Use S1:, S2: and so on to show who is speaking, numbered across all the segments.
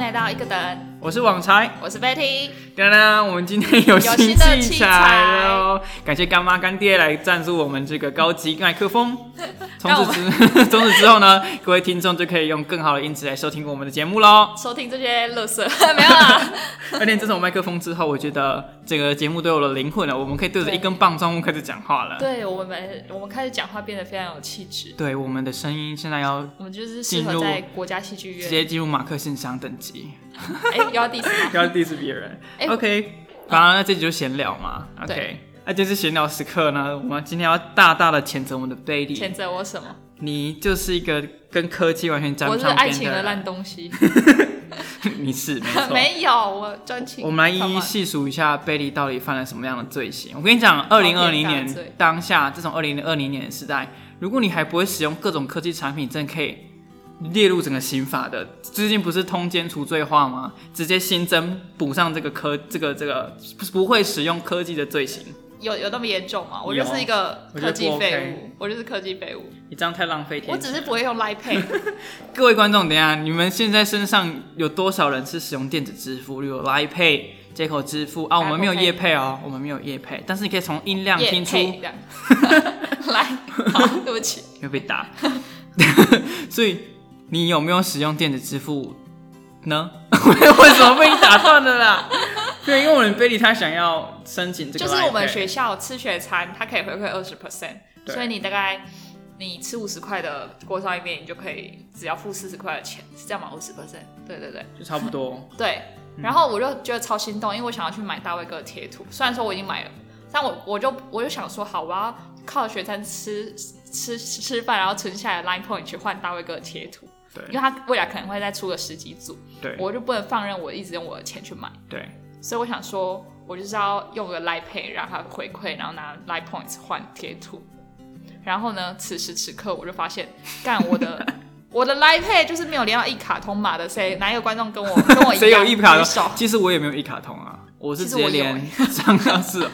S1: 来到一个等，
S2: 我是网才，
S1: 我是 Betty。
S2: 当然我们今天有
S1: 新
S2: 新
S1: 的
S2: 器
S1: 器
S2: 材
S1: 材
S2: 喽，感谢干妈干爹来赞助我们这个高级麦克 风。从
S1: 让我
S2: 此之 从此之后呢，各位听众就可以用更好的音质来收听我们的节目喽。
S1: 收听这些乐 色没有啦，
S2: 而且自从麦克风之后，我觉得整个节目都有了灵魂了，我们可以对着一根棒状物开始讲话了。
S1: 对我们我们开始讲话变得非常有气质，
S2: 对，我们的声音现在要
S1: 我们就是适合
S2: 进入
S1: 在国家戏剧
S2: 直
S1: 院。
S2: 接进入马克信箱等级。
S1: 哎、又要第四，
S2: 不要 diss 别人。
S1: 哎
S2: OK，反正那这集就闲聊嘛。OK，
S1: 对
S2: 那这次闲聊时刻呢，我们今天要大大的谴责我们的 Bailey，
S1: 谴责我什 么？
S2: 你就是一个跟科技完全沾
S1: 我
S2: 不
S1: 是
S2: 上
S1: 爱
S2: 边
S1: 情的烂
S2: 人。
S1: 东西，
S2: 你是没错。
S1: 没有我专情。
S2: 我们来一
S1: Come
S2: 一
S1: on
S2: 细数一下贝利到底犯了什么样的罪行。我跟你讲，二零二零
S1: 滔天大罪
S2: 年当下这种二零二零年的时代，如果你还不会使用各种科技产品，真的可以列入整个刑法的。最近不是通奸除罪化吗？直接新增补上这个科这个这个不不会使用科技的罪行。
S1: 有有那么严重吗？我
S2: 有啊
S1: 就是一个
S2: 我觉得
S1: 科技
S2: 不 OK
S1: 废物，我就是科技废物，
S2: 你这样太浪费
S1: 我
S2: 天
S1: 只
S2: 职。
S1: 是不会用 Line Pay，
S2: 各位观众，等一下你们现在身上有多少人是使用电子支付，例如 Line Pay、接口支付啊？我们没有
S1: Apple Pay
S2: 业配哦，我们没有业配，但是你可以从音量
S1: 也
S2: 听出。
S1: 配这样。 来，好，对不起，
S2: 会被打。所以你有没有使用电子支付呢？ 为什么被你打断了啦？对，因为我们 Billy 他想要申请这个
S1: 就
S2: iPad，
S1: 是我们学校吃学餐，它可以回馈二十 percent，
S2: 对
S1: 所以你大概你吃五十块的锅烧意面，你就可以只要付四十块的钱，是这样吗？五十 percent，对对对
S2: 就差不多。
S1: 对。
S2: 嗯
S1: 然后我就觉得超心动，因为我想要去买大卫哥的贴图，虽然说我已经买了，但我我就我就想说，好，我要靠学餐吃吃吃吃饭，然后存下来的 Line Point 去换大卫哥的贴图，因
S2: 对
S1: 为他未来可能会再出个十几组，
S2: 对
S1: 我就不能放任我一直用我的钱去买。
S2: 对，
S1: 所以我想说，我就是要用个 Line Pay 让他回馈，然后拿 Line Points 换贴图。然后呢，此时此刻我就发现，干我的 我的 Line Pay 就是没有连到一卡通码的，谁哪一个观众跟我跟我一样
S2: 谁有一卡
S1: 举手
S2: 通？其实我也没有一卡通啊，我是直
S1: 其实
S2: 接
S1: 我有
S2: 连 上上市。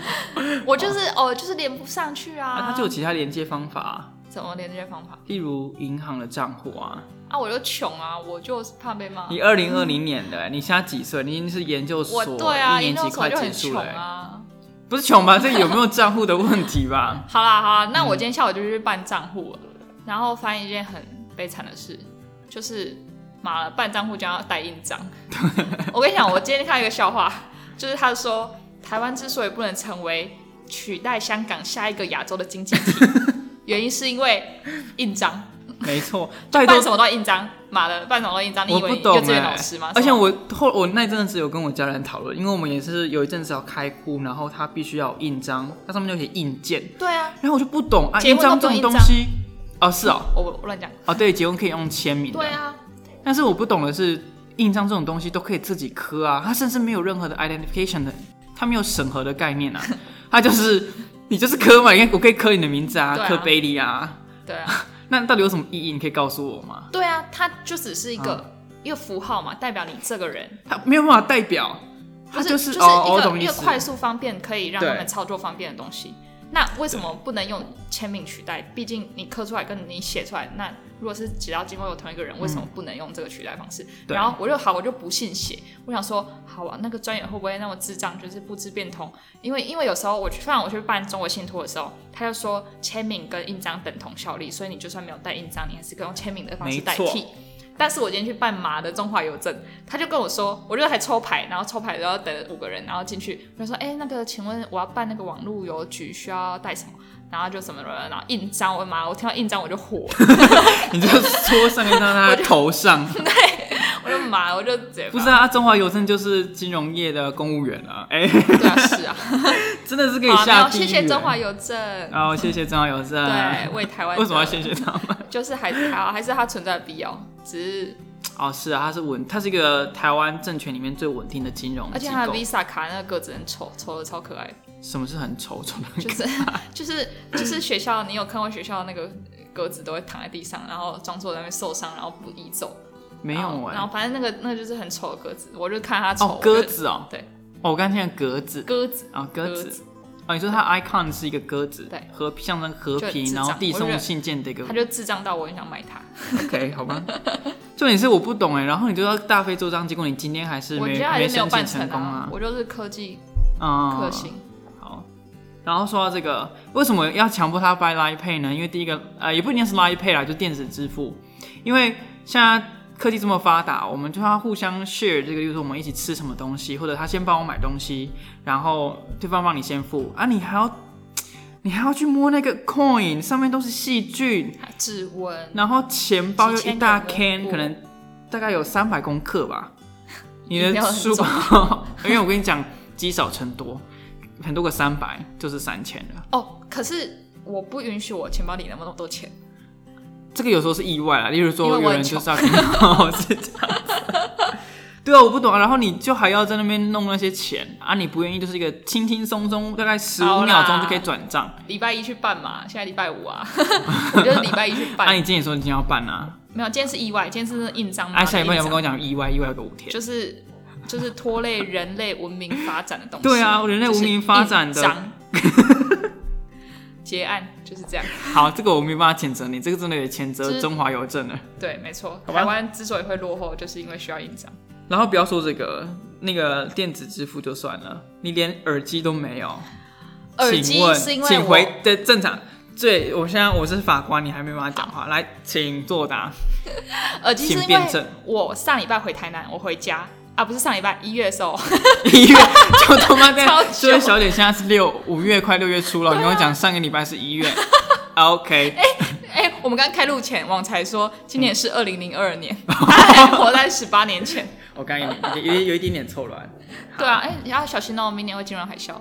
S1: 我就是哦，就是连不上去啊。
S2: 啊啊，它就有其他连接方法啊，
S1: 怎么连这些方法
S2: 例如银行的账户啊。
S1: 啊？我就穷啊，我就怕被骂。
S2: 你二零二零年的欸，你现在几岁？你已经是研究所
S1: 我对啊，
S2: 一
S1: 研究
S2: 年级
S1: 所
S2: 快
S1: 就
S2: 结
S1: 很
S2: 束
S1: 穷
S2: 了欸，
S1: 啊。
S2: 不是穷吧？这有没有账户的问题吧？
S1: 好啦好啦，那我今天下午就去办账户了，然后发现一件很悲惨的事，就是妈了办账户就要带印章。 我跟你讲，我今天看一个笑话，就是他说台湾之所以不能成为取代香港下一个亚洲的经济 体，原因是因为印章，
S2: 没错，拜托
S1: 办，什么都要印章，妈的办什么都要印章，你
S2: 我
S1: 以
S2: 不
S1: 为
S2: 懂
S1: 幼稚园
S2: 哎、
S1: 老师吗？
S2: 而且我后我那阵子有跟我家人讨论，因为我们也是有一阵子要开户，然后他必须要有印章，它上面就写印鉴，
S1: 对啊，
S2: 然后我就不懂啊，
S1: 结
S2: 印
S1: 婚都
S2: 章
S1: 不用
S2: 这种
S1: 印
S2: 东
S1: 章
S2: 西。哦，是哦，
S1: 我我乱讲，
S2: 哦，对，结婚可以用签名的，
S1: 对啊，
S2: 但是我不懂的是，印章这种东西都可以自己刻啊，它甚至没有任何的 identification 的，它没有审核的概 念啊，它就是你就是刻嘛，你看我可以刻你的名字啊，
S1: 对啊
S2: 刻 Bailey 啊，
S1: 对啊。
S2: 那到底有什么意义？你可以告诉我吗？
S1: 对啊，它就只是一个、
S2: 啊
S1: 一个符号嘛，代表你这个人。
S2: 它没有办法代表，它
S1: 不
S2: 就是
S1: 就是一
S2: 哦，我
S1: 个
S2: 懂
S1: 一
S2: 意
S1: 个
S2: 思。
S1: 快速方便可以让
S2: 对
S1: 他们操作方便的东西。那为什么不能用签名取代？毕竟你刻出来跟你写出来，那如果是只要经过有同一个人，为什么不能用这个取代方式？
S2: 嗯对
S1: 然后我就好，我就不信邪，我想说，好啊，那个专员会不会那么智障，就是不知变通？因为因为有时候我去，像我去办中国信托的时候，他就说签名跟印章等同效力，所以你就算没有带印章，你还是可以用签名的方式
S2: 没
S1: 代
S2: 错
S1: 替。但是我今天去办麻的中华邮政，他就跟我说，我就还抽牌，然后抽牌都要等五个人，然后进去，我就说，哎、那个，请问我要办那个网络邮局需要带什么？然后就什么什么，然后印章，我的妈，我听到印章我就火了，
S2: 你就戳上面到他的头上，
S1: 我就麻，我就直接
S2: 不是啊？中华邮政就是金融业的公务员啊，哎、
S1: 对啊，是啊，
S2: 真的是可以
S1: 好，没
S2: 下
S1: 有，
S2: 地狱、
S1: 谢谢中华邮政，
S2: 然后谢谢中华邮政。
S1: 对，为台湾
S2: 嗯为什么要
S1: 的
S2: 谢谢他 们？
S1: 就是还是还还是它存在的必要，只是
S2: 哦，是啊，他是稳，他是一个台湾政权里面最稳定的金融
S1: 而
S2: 机
S1: 且
S2: 构。
S1: 它的 Visa 卡那个格子很丑，丑的超可爱的，
S2: 什么是很丑丑的？
S1: 就是就是就是学校，你有看过学校那个格子都会躺在地上，然后装作在那边受伤，然后不移走，
S2: 没
S1: 然
S2: 有
S1: 后哦
S2: 哎、
S1: 然后反正那个那个就是很丑的鸽子，我就看它丑，
S2: 哦，鸽
S1: 我就
S2: 子哦，
S1: 对，
S2: 哦，我刚听鸽子
S1: 鸽子
S2: 啊，鸽
S1: 鸽
S2: 子
S1: 子，
S2: 哦，你说它 icon 是一个鸽子，
S1: 对
S2: 和象征和
S1: 就很
S2: 平，
S1: 智
S2: 然后
S1: 障
S2: 递
S1: 我觉
S2: 送
S1: 得
S2: 信件的一个
S1: 它就智障到我很想买它，
S2: OK，好吧。 重点是我不懂哎，然后你就要大费周章，结果你今天还是
S1: 我
S2: 没
S1: 觉得还是没有
S2: 申
S1: 办
S2: 请
S1: 成
S2: 成功
S1: 啊，我就是科技
S2: 啊，
S1: 克星。
S2: 好，然后说到这个，为什么要强迫他 buy Line Pay 呢？因为第一个，呃，也不一定是 Line Pay 啦，就电子支付，因为现在科技这么发达，我们就要互相 share 这个，就是我们一起吃什么东西，或者他先帮我买东西，然后对方帮你先付啊，你还要。你还要去摸那个 coin，上面都是细菌，
S1: 还指纹，
S2: 然后钱包又
S1: 几千
S2: 一大
S1: 个
S2: can，
S1: 物
S2: 可能大概有三百公 克吧。你
S1: 饮
S2: 的
S1: 料很
S2: 书包， 因为我跟你讲，积少成多，很多个三百就是三千了。
S1: 哦，可是我不允许我钱包里那么多钱，
S2: 这个有时候是意外啦，例如
S1: 因为
S2: 说
S1: 我
S2: 有
S1: 很
S2: 人就是要跟我 是这样子。对啊，我不懂啊，然后你就还要在那边弄那些钱啊，你不愿意就是一个轻轻松松，大概十五
S1: 好啦
S2: 秒钟就可以转账。
S1: 礼拜一去办嘛，现在礼拜五 啊，我就是礼拜一去
S2: 啊，
S1: 办，
S2: 你今天也说你今天要办啊，
S1: 没有，今天是意外，今天是印章嘛，
S2: 啊，下礼拜有
S1: 印
S2: 没有
S1: 章
S2: 跟我讲意外？意外有个五天。
S1: 就是就是拖累人类文明发展的东西，
S2: 对啊人类文明发展的
S1: 就是印章结案就是这样，
S2: 好，这个我没办法谴责你，这个真的也谴
S1: 就
S2: 责
S1: 是
S2: 中华邮政了。
S1: 对，没错，
S2: 吧
S1: 台湾之所以会落后，就是因为需要印章，
S2: 然后不要说这个那个电子支付就算了，你连耳机都没有。
S1: 耳
S2: 请
S1: 机
S2: 问
S1: 是因为
S2: 请
S1: 我
S2: 回对正常。对，我现在我是法官，你还没办法讲话，来，请 作答。
S1: 耳机是
S2: 请
S1: 因
S2: 辩证
S1: 为我上礼拜回台南，我回家啊，不是上礼拜一月的时 候，
S2: 一月就他妈在
S1: 超，
S2: 这
S1: 久啊
S2: 位小姐现在是六五月快六月初了，你跟我讲上个礼拜是一月 ，OK，
S1: 哎、我们刚开录前，网才说今年是二零零二 年，他还活在十八年前。
S2: 我刚刚有有有有一点点错乱。
S1: 对啊，哎、你要小心哦，明年会金融海啸，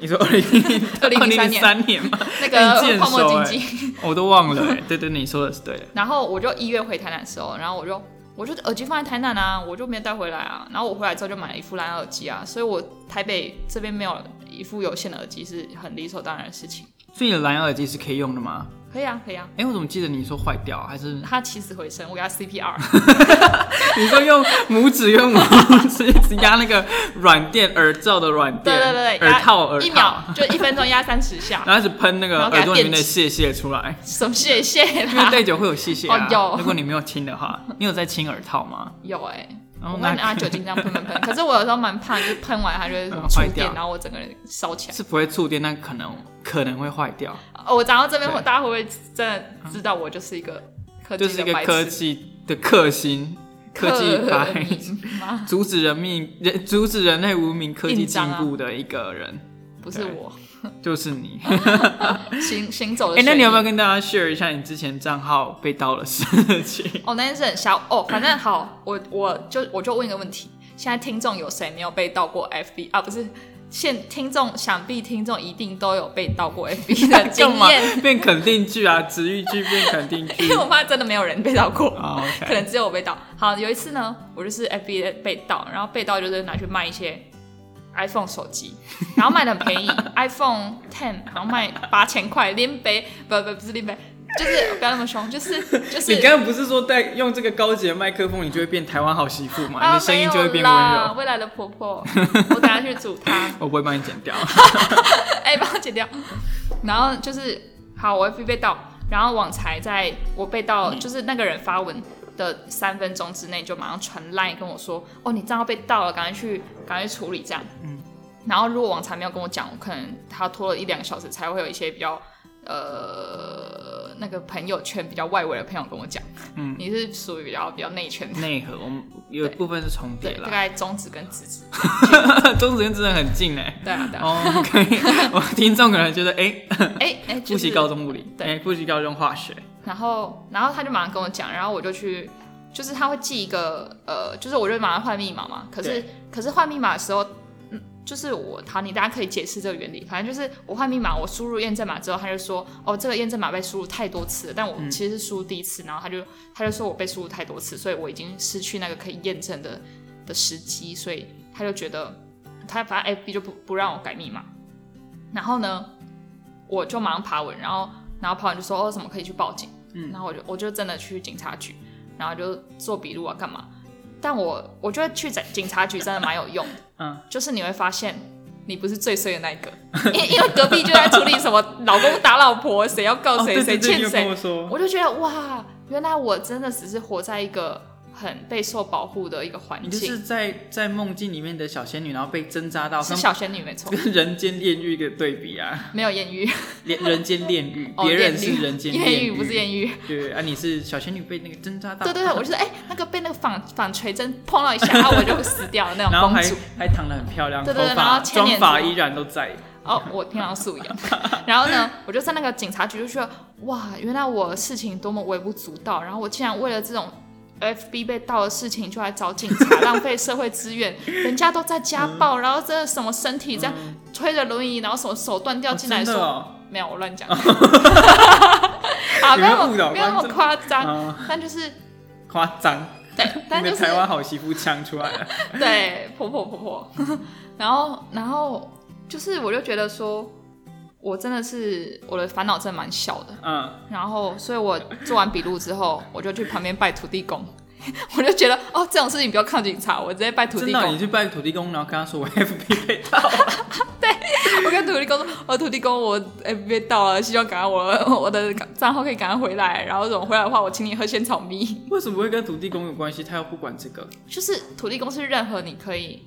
S2: 你说二零
S1: 2003年
S2: 三年吗？
S1: 那
S2: 你记得
S1: 个
S2: 很
S1: 泡沫
S2: 熟
S1: 经
S2: 哎
S1: 济。
S2: 我都忘了、欸。对对，你说的是对的。
S1: 然后我就一月回台南的时候，然后我就我就耳机放在台南啊，我就没有带回来啊。然后我回来之后就买了一副蓝牙耳机啊，所以我台北这边没有一副有线的耳机是很理所当然的事情。
S2: 所以你的蓝牙耳机是可以用的吗？
S1: 可以啊，可以啊。
S2: 哎、我怎么记得你说坏掉？啊还是
S1: 它起死回生，我给它 CPR，
S2: 你说用拇指用 拇指一直压那个软垫耳罩的软垫？
S1: 对对对对，
S2: 耳套
S1: 压
S2: 耳套，
S1: 一秒就一分钟压三十 下，
S2: 然后一直喷那个
S1: 然后给它
S2: 耳朵里面的
S1: 电
S2: 屑屑出来，
S1: 什么谢谢
S2: 因 为
S1: 啦，
S2: 戴久会有屑屑啊。
S1: 哦有
S2: 如果你没有清的话，你有在清耳套吗？
S1: 有哎、
S2: 然后
S1: 我会
S2: 哦那
S1: 拿酒精这样喷喷 喷，可是我有时候蛮怕，就是喷完它就会
S2: 嗯坏
S1: 触
S2: 掉
S1: 电，然后我整个人烧起来。
S2: 是不会触电，但可能可能会坏掉，
S1: 哦，我讲到这边，
S2: 对
S1: 大家会不会真的知道我就是一个科技
S2: 就是一
S1: 的
S2: 个
S1: 白
S2: 科
S1: 痴？
S2: 技的 克星，科技白
S1: 克明吗？
S2: 阻止人命人阻止人类无名科技
S1: 印
S2: 进
S1: 章啊
S2: 步的一个人，
S1: 不是我，
S2: 就是你。
S1: 行行走
S2: 哎、
S1: 的。
S2: 那你要不要？跟大家 share 一下你之前账号被盗的事情？
S1: 哦，那件事很小哦，反正好，我我就我就问一个问题：现在听众有谁没有被盗过 FB 啊？不是，现听众想必听众一定都有被盗过 FB 的经
S2: 干嘛
S1: 验，
S2: 变肯定句啊，直语句变肯定
S1: 因
S2: 句
S1: 为。我怕真的没有人被盗过。
S2: 哦，OK、
S1: 可
S2: o k
S1: 能只有我被盗。好，有一次呢，我就是 FB 被盗，然后被盗就是拿去卖一些 iPhone 手 机，然后卖的很便宜，iPhone Ten，然后卖八千块，拎杯不不不是拎杯，就是不要那么凶，就是就
S2: 你
S1: 是。
S2: 刚刚不是说带用这个高级的麦克风，你就会变台湾好媳妇吗？你
S1: 啊
S2: 的，声
S1: 没
S2: 音
S1: 有
S2: 就会变温
S1: 啦，
S2: 柔。
S1: 未来的婆婆，我等下去煮汤，
S2: 我不会帮你剪掉。
S1: 哎、帮我剪掉。然后就是，好，我 FB 被盗，然后网才在我被盗，就是那个人发文的三分钟之内就马上传赖跟我说，哦，你账号被盗了，赶快去，赶快去处理这样。
S2: 嗯
S1: 然后如果网才没有跟我讲，我可能他拖了一两个小时才会有一些比较呃那个朋友圈比较外围的朋友跟我讲。
S2: 嗯
S1: 你是属于比较比较内圈的，
S2: 内核，我们有一部分是重叠
S1: 对，大
S2: 啦，
S1: 概中指跟指指。
S2: 中指跟真的很近哎。
S1: 对啊，对啊。
S2: 哦 OK，我 听众可能觉得哎，
S1: 哎哎、就是
S2: 复习高中物理，
S1: 对
S2: 哎，复习高中化学，
S1: 然后然后他就马上跟我讲，然后我就去，就是他会寄一个呃，就是我就马上换密码嘛。可是可是换密码的时候，嗯，就是我好，你大家可以解释这个原理。反正就是我换密码，我输入验证码之后，他就说哦，这个验证码被输入太多次了，但我其实是输入第一次，然后他就他就说我被输入太多次，所以我已经失去那个可以验证的的时机，所以他就觉得他反正 FB 就不不让我改密码。然后呢，我就马上爬文，然后然后爬文就说哦，怎么可以去报警？
S2: 嗯
S1: 然后我就我就真的去警察局，然后就做笔录啊，干嘛？但我我觉得去警警察局真的蛮有用的，
S2: 嗯，
S1: 就是你会发现你不是最衰的那一个，因因为隔壁就在处理什么老公打老婆，谁要告
S2: 哦
S1: 谁，
S2: 对
S1: 谁
S2: 对对，你
S1: 欠
S2: 有跟
S1: 谁，
S2: 我说，
S1: 我就觉得哇，原来我真的只是活在一个很备受保护的一个环
S2: 你就
S1: 境，
S2: 是在在梦境里面的小仙女，然后被挣扎到
S1: 是
S2: 跟
S1: 小仙女没错，
S2: 跟人间炼狱一个对比啊，
S1: 没有艳 遇，
S2: 炼人间炼狱，
S1: 哦
S2: 别人
S1: 炼
S2: 是
S1: 狱
S2: 人间
S1: 艳
S2: 炼
S1: 遇不是艳遇。
S2: 对啊，你是小仙女被那个挣扎到，
S1: 对对对，我就是哎、那个被那个纺纺锤针碰到一下， 然后我就死掉的那种
S2: 然后
S1: 公
S2: 还
S1: 主。
S2: 还躺得很漂亮，
S1: 对对对
S2: 头
S1: 然
S2: 发
S1: 后千
S2: 妆
S1: 年
S2: 发
S1: 之后
S2: 依然都在，
S1: 哦，我平常素颜。 然后呢，我就在那个警察局就觉得，哇，原来我事情多么微不足道，然后我竟然为了这种 FB 被盗的事情就来找警察，浪费社会资 源。人家都在家
S2: 嗯
S1: 暴，然后这什么身体这样推着轮椅，然后什么手断掉
S2: 哦
S1: 进来
S2: 真的
S1: 说，
S2: 哦
S1: 没有，我乱 讲。 啊，
S2: 你
S1: 没
S2: 们
S1: 有
S2: 误导
S1: 没有那么
S2: 观众
S1: 夸张，
S2: 啊，
S1: 但 就是
S2: 夸张，
S1: 对，但
S2: 你
S1: 就
S2: 的
S1: 是
S2: 台湾好媳妇腔出来了，啊
S1: 对，婆婆婆婆。 然后，然后就是，我就觉得说，我真的是我的烦恼真的蛮小的。
S2: 嗯，
S1: 然后，所以我做完笔录之后，我就去旁边拜土地公。 我就觉得哦，这种事情不要靠警察，我直接拜土
S2: 真
S1: 地
S2: 的哦，
S1: 公
S2: 你。去拜土地公，然后跟他说我 FB 被盗，
S1: 我跟土地公说，哦，土地公，我哎别到了，希望赶快我 我的账号可以赶快回来。然后，如果回来的话，我请你喝仙草蜜。
S2: 为什么会跟土地公有关系？他又不管这个，
S1: 就是土地公是任何你可以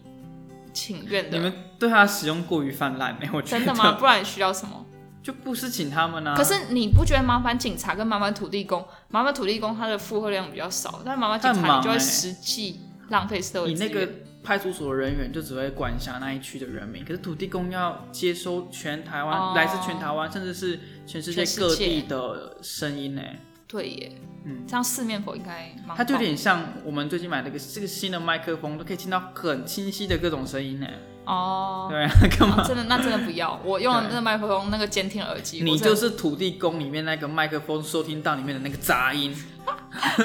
S1: 请愿
S2: 你
S1: 的，
S2: 们对他使用过于泛滥，哎，我觉
S1: 真
S2: 得
S1: 的吗？不然你需要什么？
S2: 就不是请他们啊，
S1: 可是你不觉得麻烦警察跟麻烦土地公，麻烦土地公他的负荷量比较少，但麻烦警
S2: 很
S1: 察
S2: 忙
S1: 你就会
S2: 欸
S1: 实际浪费社会
S2: 你
S1: 资
S2: 那
S1: 源。
S2: 个派出所的人员就只会管辖那一区的人民，可是土地公要接收全台湾、
S1: 哦
S2: 来自全台湾，甚至是全世
S1: 全
S2: 界
S1: 世界
S2: 各地的声音呢。
S1: 对耶，
S2: 嗯
S1: 这样四面佛应该蛮
S2: 它就有
S1: 棒
S2: 点像我们最近买了一个这个新的麦克风，都可以听到很清晰的各种声音呢。
S1: 哦。
S2: 对啊，干嘛？
S1: 啊真的，那真的不要。我用了
S2: 对
S1: 那个麦克风，那个监听耳机，
S2: 你
S1: 我真
S2: 就
S1: 的
S2: 是土地公里面那个麦克风收听到里面的那个杂音。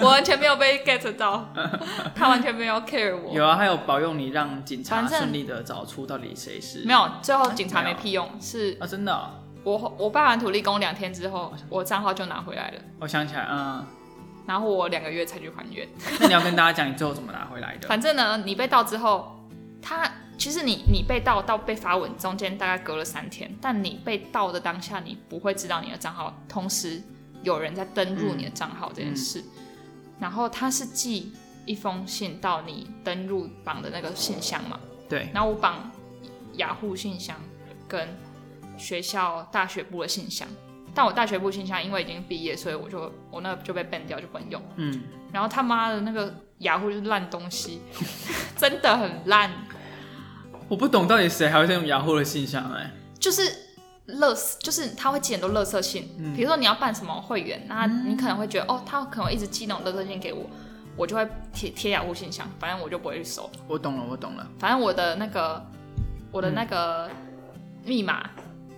S1: 我完全没有被 get 到，他完全没有 care 我。
S2: 有啊，还有保佑你让警察
S1: 反正
S2: 顺利的找出到底谁是。
S1: 没有，最后警察
S2: 没
S1: 没
S2: 有
S1: 屁用，是
S2: 啊，真的哦、
S1: 我我拜完土地公两天之后，我账号就拿回来了，
S2: 我想起来，嗯，
S1: 然后我两个月才去还愿。
S2: 那你要跟大家讲你最后怎么拿 回来的？
S1: 反正呢，你被盗之后，他其实你你被盗到被发文中间大概隔了三天，但你被盗的当下，你不会知道你的账号，同时有人在登录你的账号这件事。然后他是寄一封信到你登录榜的那个信箱嘛，
S2: 对，
S1: 然后我绑雅虎信箱跟学校大学部的信箱，但我大学部信箱因为已经毕业，所以我就我那个就被 ban 掉，就不能用。
S2: 嗯。
S1: 然后他妈的那个雅虎就是烂东西， 真的很烂，
S2: 我不懂到底谁还会在用雅虎的信箱哎、
S1: 就是乐，就是他会寄很多乐色信，
S2: 嗯
S1: 比如说你要办什么会员，那你可能会觉得哦，他可能会一直寄那种乐色信给我，我就会贴贴雅虎信箱，反正我就不会去收，
S2: 我懂了，我懂了。
S1: 反正我的那个我的那个密码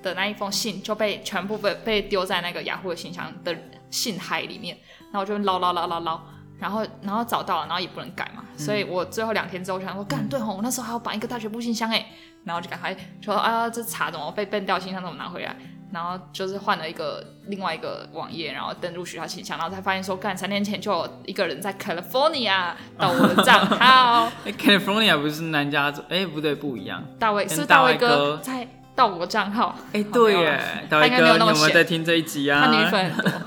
S1: 的那一封信就被全部被被丢在那个雅虎的信箱的信海里面，然后我就捞捞捞捞捞，然后然后找到了，然后也不能改嘛，所以我最后两天之后我想说，干对吼，我那时候还要绑一个大学部信箱哎，然后就赶快说啊这查怎么被变掉信箱怎么拿回来。然后就是换了一个另外一个网页，然后登录学校信箱，然后才发现说，干三天前就有一个人在 California 到我的账号，
S2: 哎、c a l i f o r n i a 不是南加州？哎、不对，不一样。
S1: 大卫是不是
S2: 跟大
S1: 大
S2: 卫
S1: 卫
S2: 哥
S1: 哥啊在盗我账号，
S2: 哎、对
S1: 没有
S2: 耶
S1: 啦，
S2: 大
S1: 他
S2: 卫
S1: 应该没
S2: 哥，
S1: 有
S2: 你
S1: 那么
S2: 有没有
S1: 闲
S2: 在听这一集啊？
S1: 他女粉很多。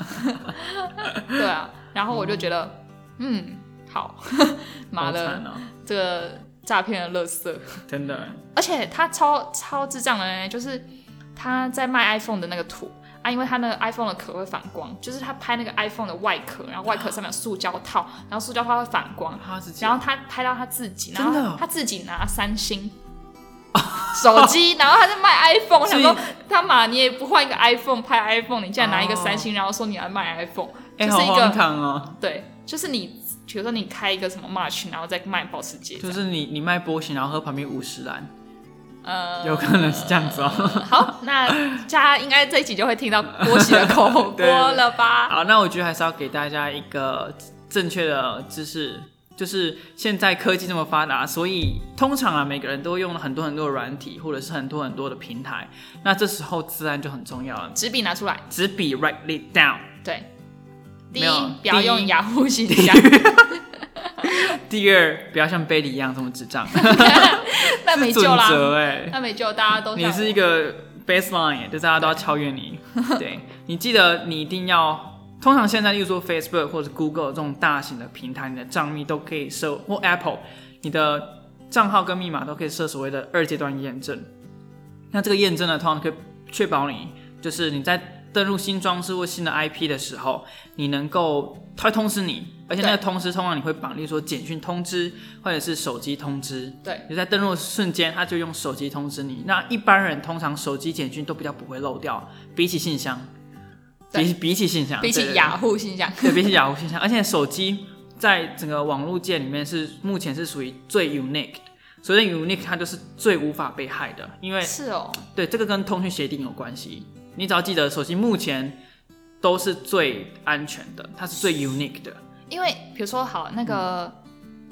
S1: 对啊，然后我就觉得，嗯，好， 啊妈
S2: 好
S1: 的
S2: 惨，哦，
S1: 这个诈骗的垃圾，
S2: 真的。
S1: 而且他超超智障的呢，就是他在卖 iPhone 的那个图。啊，因为他那个 iPhone 的壳会反光，就是他拍那个 iPhone 的外壳，然后外壳上面有塑胶套，然后塑胶套会反光，
S2: 他自己
S1: 然后他拍到他自己，然
S2: 真的哦
S1: 后他自己拿三星 手机，然后他在卖 iPhone。我
S2: 所
S1: 想
S2: 以
S1: 说，他妈你也不换一个 iPhone 拍 iPhone，你竟然拿一个三星，然后说你来卖 iPhone，
S2: 哦哎、
S1: 就是
S2: 好
S1: 一个
S2: 荒唐哦！
S1: 对，就是你，比如说你开一个什么 March，然后再卖保时捷，
S2: 就是你你卖波形，然后喝旁边五十兰，
S1: 呃，
S2: 有可能是这样子哦。
S1: 好，那大家应该这一集就会听到波喜的口
S2: 对
S1: 播了吧？
S2: 好，那我觉得还是要给大家一个正确的知识，就是现在科技这么发达，所以通常啊，每个人都用了很多很多的软体，或者是很多很多的平台，那这时候自然就很重要了。
S1: 纸笔拿出来，
S2: 纸笔 write it down。
S1: 对，第
S2: 没有啊
S1: 一不要
S2: 第
S1: 用
S2: 一
S1: 雅虎信 箱，
S2: 第二，不要像 Bailey 一样这么智障，
S1: 那没救
S2: 准
S1: 啦，
S2: 则哎，
S1: 那没救，大家都
S2: 你
S1: 像
S2: 是
S1: 我
S2: 欸一个 baseline，就大家都要超越你。对你记得，你一定要通常现在，例如说 Facebook 或者 Google 这种大型的平台，你的账密都可以设，或 Apple，你的账号跟密码都可以设所谓的二阶段验证。那这个验证呢，通常可以确保你，就是你在登录新装置或新的 IP 的时候，你能够它会通知你，而且那个通知通常你会绑，例如说简讯通知或者是手机通知。
S1: 对，
S2: 你在登录的瞬间，它就用手机通知你。那一般人通常手机简讯都比较不会漏掉，比起信箱，
S1: 对
S2: 比比起信箱，
S1: 比
S2: 对
S1: 起
S2: 对对
S1: 雅虎信箱，
S2: 对，比起雅虎信箱，而且手机在整个网络界里面是目前是属于最 unique 的。所以 unique 它就是最无法被害的，因为
S1: 是哦，
S2: 对这个跟通讯协定有关系。你只要记得，手机目前都是最安全的，它是最 unique 的。
S1: 因为比如说好那个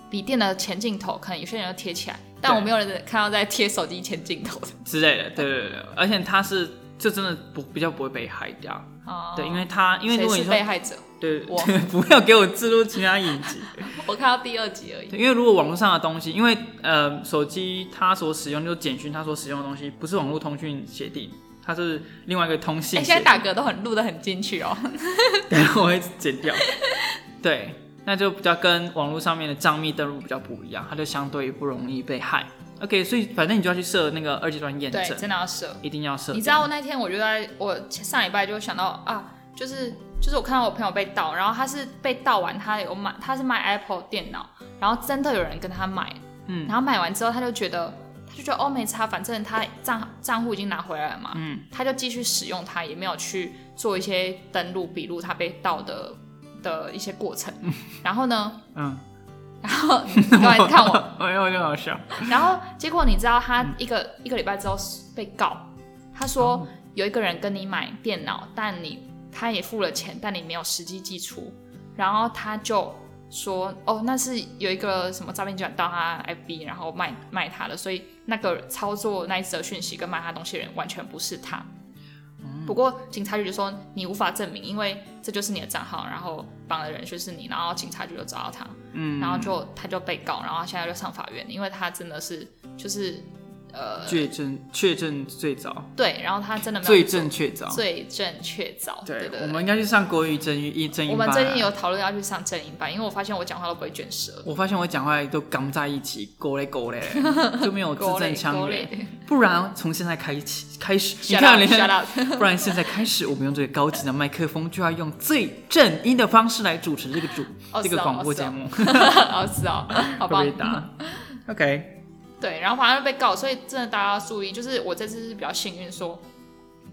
S1: 笔电的前镜头，可能有些人要贴起来，但我没有人看到在贴手机前镜头的
S2: 之类的，对对对，对而且它是就真的不比较不会被害掉，
S1: 哦
S2: 对，因为它因为如
S1: 谁
S2: 果
S1: 是
S2: 你说
S1: 被害者？
S2: 对，
S1: 我
S2: 不要给我置入其他影集，
S1: 我看到第二集而已。
S2: 对因为如果网络上的东西，因为呃手机它所使用就是简讯，它所使用的东西不是网络通讯协定，它是另外一个通
S1: 哎、
S2: 信协
S1: 现在
S2: 定，
S1: 打嗝都很录的很进去哦。
S2: 等一下我会剪掉，对，那就比较跟网络上面的账密登录比较不一样，它就相对不容易被害。OK，所以反正你就要去设那个二阶段验
S1: 对，
S2: 证，
S1: 真的要设。
S2: 一定要设。
S1: 你知道那天我就在我上礼拜就想到啊，就是就是我看到我朋友被盗，然后他是被盗完，他有买，他是卖 Apple 电脑，然后真的有人跟他买，
S2: 嗯
S1: 然后买完之后他就觉得他就觉得哦没差，反正他账账户已经拿回来了嘛，
S2: 嗯，
S1: 他就继续使用它，也没有去做一些登录笔录他被盗的的一些过 程，然后呢，
S2: 嗯，
S1: 然后你干嘛你看 我，
S2: 我，没有，我就好笑。
S1: 然后结果你知道他一个、一个礼拜之后被告，他说
S2: 哦
S1: 有一个人跟你买电脑，但你他也付了钱，但你没有实际寄出，然后他就说哦，那是有一个什么诈骗集团到他 FB，然后卖卖他的，所以那个操作那一则讯息跟卖他东西的人完全不是他。
S2: 嗯
S1: 不过警察局就说你无法证明，因为这就是你的账号，然后绑的人就是你，然后警察局就找到他。
S2: 嗯，
S1: 然后就他就被告，然后他现在就上法院，因为他真的是就是呃
S2: 确证确证最早，
S1: 对，然后他真的没有
S2: 罪证确凿。
S1: 罪证确凿，哦对
S2: 对
S1: 对，
S2: 我
S1: 对
S2: 们应该去上国语正语一正音
S1: 我
S2: 班
S1: 们
S2: 啊
S1: 最近有讨论要去上正音班，因为我发现我讲话都不会卷舌，
S2: 我发现我讲话都刚在一起，勾嘞勾 嘞，就没有字
S1: 勾
S2: 正
S1: 勒勾
S2: 腔
S1: 勒
S2: 圆。不然从现在开始开始，你
S1: Shut
S2: 看
S1: up,
S2: 你
S1: shut
S2: 看，
S1: up，
S2: 不然现在开始，我们用最高级的麦克风，就要用最正音的方式来主持这个主
S1: 哦
S2: 这个
S1: 是哦
S2: 广播
S1: 是哦
S2: 节目，
S1: 哦是哦，好
S2: 会不会
S1: 棒，
S2: 打？OK，
S1: 对，然后反正被告，所以真的大家要注意，就是我这次是比较幸运，说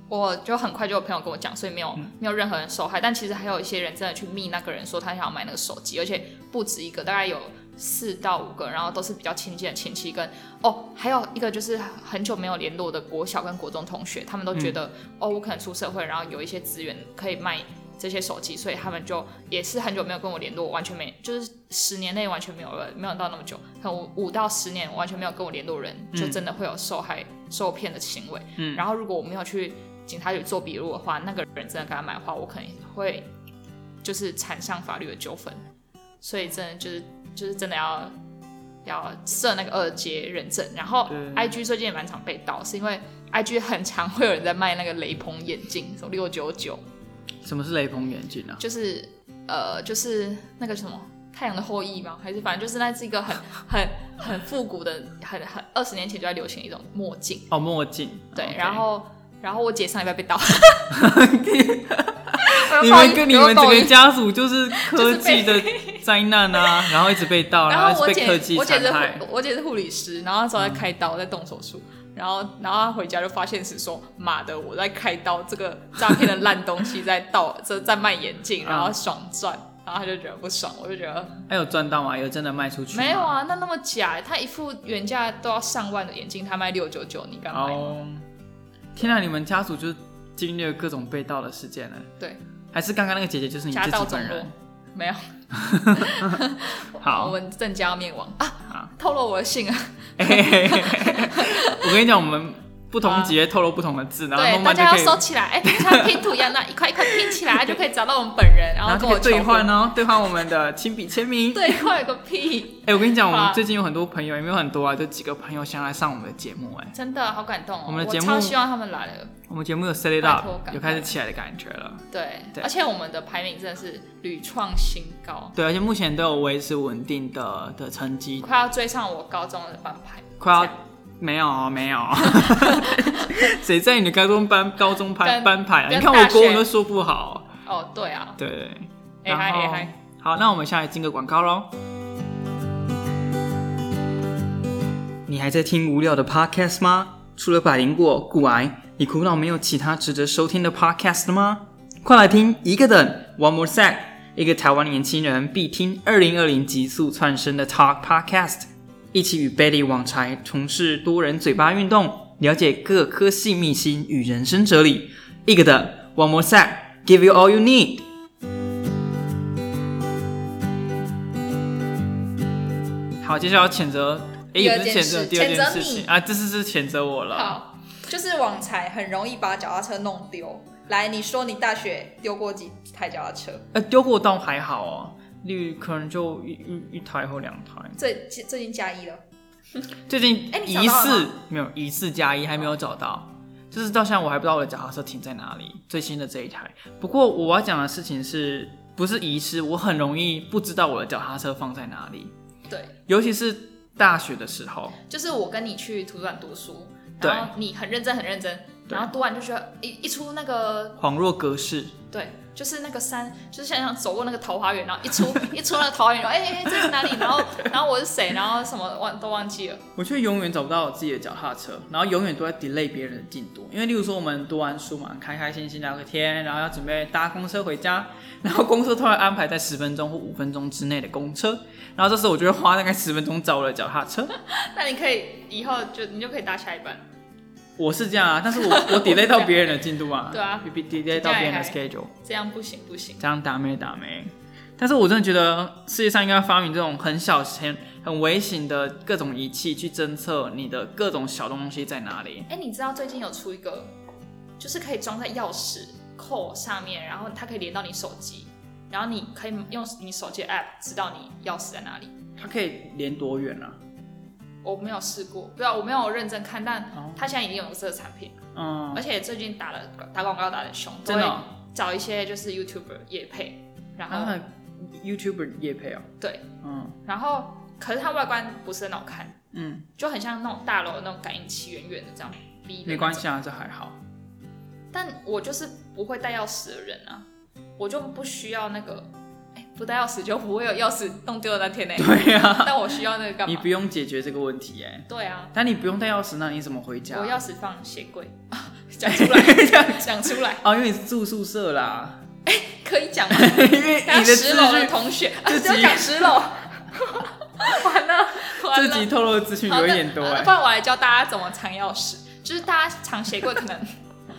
S1: 我就很快就有朋友跟我讲，所以没有、没有任何人受害，但其实还有一些人真的去密那个人说他想要买那个手机，而且不止一个，大概有四到五个，然后都是比较亲近的亲戚跟哦，还有一个就是很久没有联络的国小跟国中同学，他们都觉得、哦，我可能出社会，然后有一些资源可以卖。这些手机，所以他们就也是很久没有跟我联络，完全没，就是十年内完全没有了，没有到那么久，可能五五到十年完全没有跟我联络人，就真的会有受害受骗的行为。
S2: 嗯
S1: 然后如果我没有去警察局做笔录的话，那个人真的给他买的话，我可能会就是缠上法律的纠纷。所以真的就是就是真的要要设那个二阶认证。然后
S2: 对
S1: I G 最近也蛮常被盗，是因为 I G 很常会有人在卖那个雷朋眼镜，什么六九九，
S2: 什么是雷朋眼镜啊？
S1: 就是呃就是那个什么。太阳的后裔吗？还是反正就是那是一个很很很复古的，很很二十年前就在流行的一种墨镜。
S2: 哦，墨镜。
S1: 对
S2: OK
S1: 然后然后我姐上礼拜被盗， 我要抱
S2: 你们跟
S1: 怨
S2: 你们整
S1: 我要
S2: 个
S1: 抱怨
S2: 家族就是科技的灾难啊， 然后一直被盗，
S1: 然
S2: 后
S1: 我
S2: 一直
S1: 姐
S2: 被科技
S1: 我姐
S2: 残
S1: 是
S2: 害。
S1: 护我姐是护理师，然后那时候在开刀，在动手术。然后，然后她回家就发现是说，妈的，我在开刀，这个诈骗的烂东西在盗，这在卖眼镜，然
S2: 啊
S1: 后爽赚，然后她就觉得不爽，我就觉得
S2: 还有赚到吗？有真的卖出去吗
S1: 没有？啊，那那么假，她一副原价都要上万的眼镜，她卖六九九，你敢买吗？
S2: 哦，天啊！你们家族就是经历了各种被盗的事件呢。
S1: 对，
S2: 还是刚刚那个姐姐就是你自
S1: 家道
S2: 己
S1: 中
S2: 本
S1: 落
S2: 人？，
S1: 没有，我
S2: 好，
S1: 们正家灭亡
S2: 好
S1: 啊，透露我的姓啊，
S2: 嘿嘿嘿嘿 我跟你讲，我们不同节透露不同的字，然后
S1: 对，大
S2: 慢慢就
S1: 家要
S2: 可以，
S1: 收起来，哎，像拼图一样，那一块一块拼起 来，就可以找到我们本人，然
S2: 然
S1: 后
S2: 后
S1: 跟
S2: 就可
S1: 我
S2: 以兑
S1: 求婚
S2: 换哦，兑换我们的亲笔签名。
S1: 对话有个屁！
S2: 哎，我跟你讲，我
S1: 好
S2: 们
S1: 啊
S2: 最近有很多朋友，也没有很多啊，就几个朋友想来上我们的节目，哎。
S1: 真的好感动、哦，
S2: 我们的节目
S1: 超希望他们来了。
S2: 我们节目有 set it
S1: 拜托
S2: up，
S1: 赶
S2: 有
S1: 快
S2: 开始起来的感觉了。
S1: 对，
S2: 对
S1: 而且我们的排名真的是屡创新高，
S2: 对，而且目前都有维持稳定的的成绩，
S1: 快要追上我高中的班排，
S2: 快
S1: 这样
S2: 要没有哦没有 哦，谁在你的高中班高中班
S1: 跟
S2: 班排啊？
S1: 跟
S2: 你看我
S1: 大学
S2: 国文都说不好，
S1: 哦，对啊，
S2: 对对。
S1: 哎嗨
S2: 然后
S1: 哎嗨，
S2: 好，那我们下来进个广告喽。你还在听无聊的 podcast 吗？除了百灵果、骨癌，你苦恼没有其他值得收听的 podcast 了吗？快来听一个等 One More Sec，一个台湾年轻人必听二零二零极速窜升的 Talk Podcast，一起与 Betty 网柴从事多人嘴巴运动，了解各科系秘辛与人生哲理。一个等 One More Sec，Give you all you need。好，接下来要谴责，诶，也不是
S1: 第二件
S2: 谴责，
S1: 事
S2: 第二
S1: 谴
S2: 件
S1: 责
S2: 事
S1: 你
S2: 情啊，这次是谴责我了。
S1: 好，就是网才很容易把脚踏车弄丢。来，你说你大学丢过几台脚踏车？
S2: 呃，丢过倒还好哦，例如可能就一一一台或两台。
S1: 最最近加一了，
S2: 最近
S1: 哎你找
S2: 疑
S1: 到了
S2: 似没有疑似加一还没有找到，就是到现在我还不知道我的脚踏车停在哪里，最新的这一台。不过我要讲的事情是不是遗失？我很容易不知道我的脚踏车放在哪里，
S1: 对，
S2: 尤其是大学的时候，
S1: 就是我跟你去图书馆读书，
S2: 对
S1: 然后你很认真很认真，
S2: 对
S1: 然后读完就觉得一一出那个
S2: 恍若隔世。
S1: 对，就是那个山，就是像像走过那个桃花源，然后一出 一出那个桃花源，然后哎哎、哎这是哪里？然后然后我是谁？然后什么忘都忘记了。
S2: 我却永远找不到我自己的脚踏车，然后永远都在 delay 别人的进度。因为例如说我们读完书嘛，开开心心聊个天，然后要准备搭公车回家， 然后公车突然安排在十分钟或五分钟之内的公车，然后这时候我就会花大概十分钟找我的脚踏车。
S1: 那你可以以后就你就可以搭下一班，
S2: 我是这样啊，但是我我 delay 到别人的进度啊，
S1: 对啊
S2: 比比，delay 到别人的 schedule，
S1: 这样不行不行。
S2: 这样打没打没。但是我真的觉得世界上应该发明这种很小很很微型的各种仪器去侦测你的各种小东西在哪里。
S1: 哎、你知道最近有出一个，就是可以装在钥匙扣上面，然后它可以连到你手机，然后你可以用你手机的 app 知道你钥匙在哪里。
S2: 它可以连多远啊？
S1: 我没有试过，不知道我没有认真看，但
S2: 哦
S1: 它现在已经有这个产品，
S2: 嗯
S1: 而，且最近打了打广告打的凶，都
S2: 真
S1: 哎会
S2: 的哦、
S1: 找一些就是 YouTuber 也配，然后、
S2: 啊，YouTuber 也配哦。
S1: 对，
S2: 嗯
S1: 然后可是它外观不是很好看，
S2: 嗯，
S1: 就很像那种大楼的那种感应器，远远的这样逼的。
S2: 没关。系啊，这还好。
S1: 但我就是不会带钥匙的人啊，我就不需要那个，哎、不带钥匙就不会有钥匙弄丢的那天呢、
S2: 对啊，
S1: 但我需要那个干
S2: 你
S1: 嘛
S2: 不？用解决这个问题哎、
S1: 对啊，
S2: 但你不用带钥匙，那你怎么回家？
S1: 我钥匙放鞋柜，啊 讲出来，讲出来，
S2: 哦，因为你是住宿舍啦，
S1: 可以讲吗？
S2: 因为
S1: 等下
S2: 你的
S1: 十
S2: 资
S1: 楼的
S2: 讯
S1: 同学，啊，
S2: 自
S1: 只有
S2: 己
S1: 讲十 楼，完了， 完了
S2: 自。己透露的资讯
S1: 好，
S2: 有一
S1: 那
S2: 点多
S1: 好
S2: 哎、
S1: 那不然我来教大家怎么藏钥匙，就是大家藏鞋柜可能。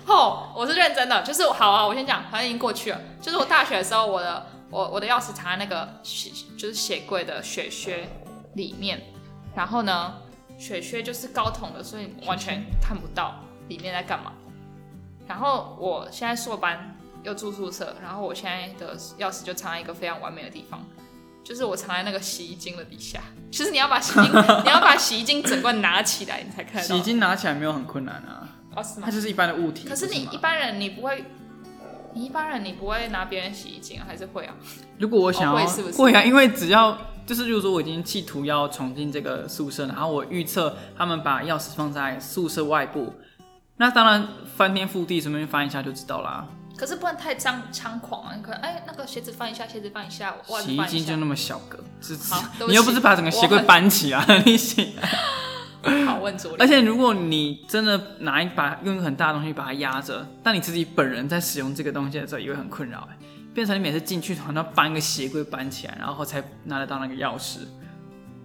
S1: 哦，我是认真的，就是好啊，我先讲，好像已经过去了。就是我大学的时候，我的我我的钥匙藏在那个鞋就是鞋柜的雪靴里面，然后呢，雪靴就是高筒的，所以完全看不到里面在干嘛。然后我现在硕班又住宿舍，然后我现在的钥匙就藏在一个非常完美的地方，就是我藏在那个洗衣精的底下。其实你要把洗衣 你要把洗衣精整罐拿起来，你才看得到。
S2: 洗衣精拿起来没有很困难啊，
S1: 哦，是吗
S2: 它？就是一般的物体。
S1: 可是
S2: 不
S1: 你
S2: 吗
S1: 一般人你不会，你一般人你不会拿别人洗衣精啊还是会啊？
S2: 如果我想要，
S1: 哦会是不是
S2: 会啊，因为只要就是，例如说我已经企图要闯进这个宿舍，然后我预测他们把钥匙放在宿舍外部，那当然翻天覆地，随便翻一下就知道啦。
S1: 可是不能太张猖狂啊！你可能哎，那个鞋子放一下，鞋子放一下，袜子
S2: 洗衣
S1: 放一
S2: 机
S1: 下
S2: 就。那么小个，只只
S1: 好对不起
S2: 你又不是把整个鞋柜搬起来， 你洗。
S1: 好，问左
S2: 而
S1: 脸。
S2: 且如果你真的拿一把用一个很大的东西把它压着，但你自己本人在使用这个东西的时候也会很困扰、哎变成你每次进去好像要搬一个鞋柜搬起来，然后才拿得到那个钥匙。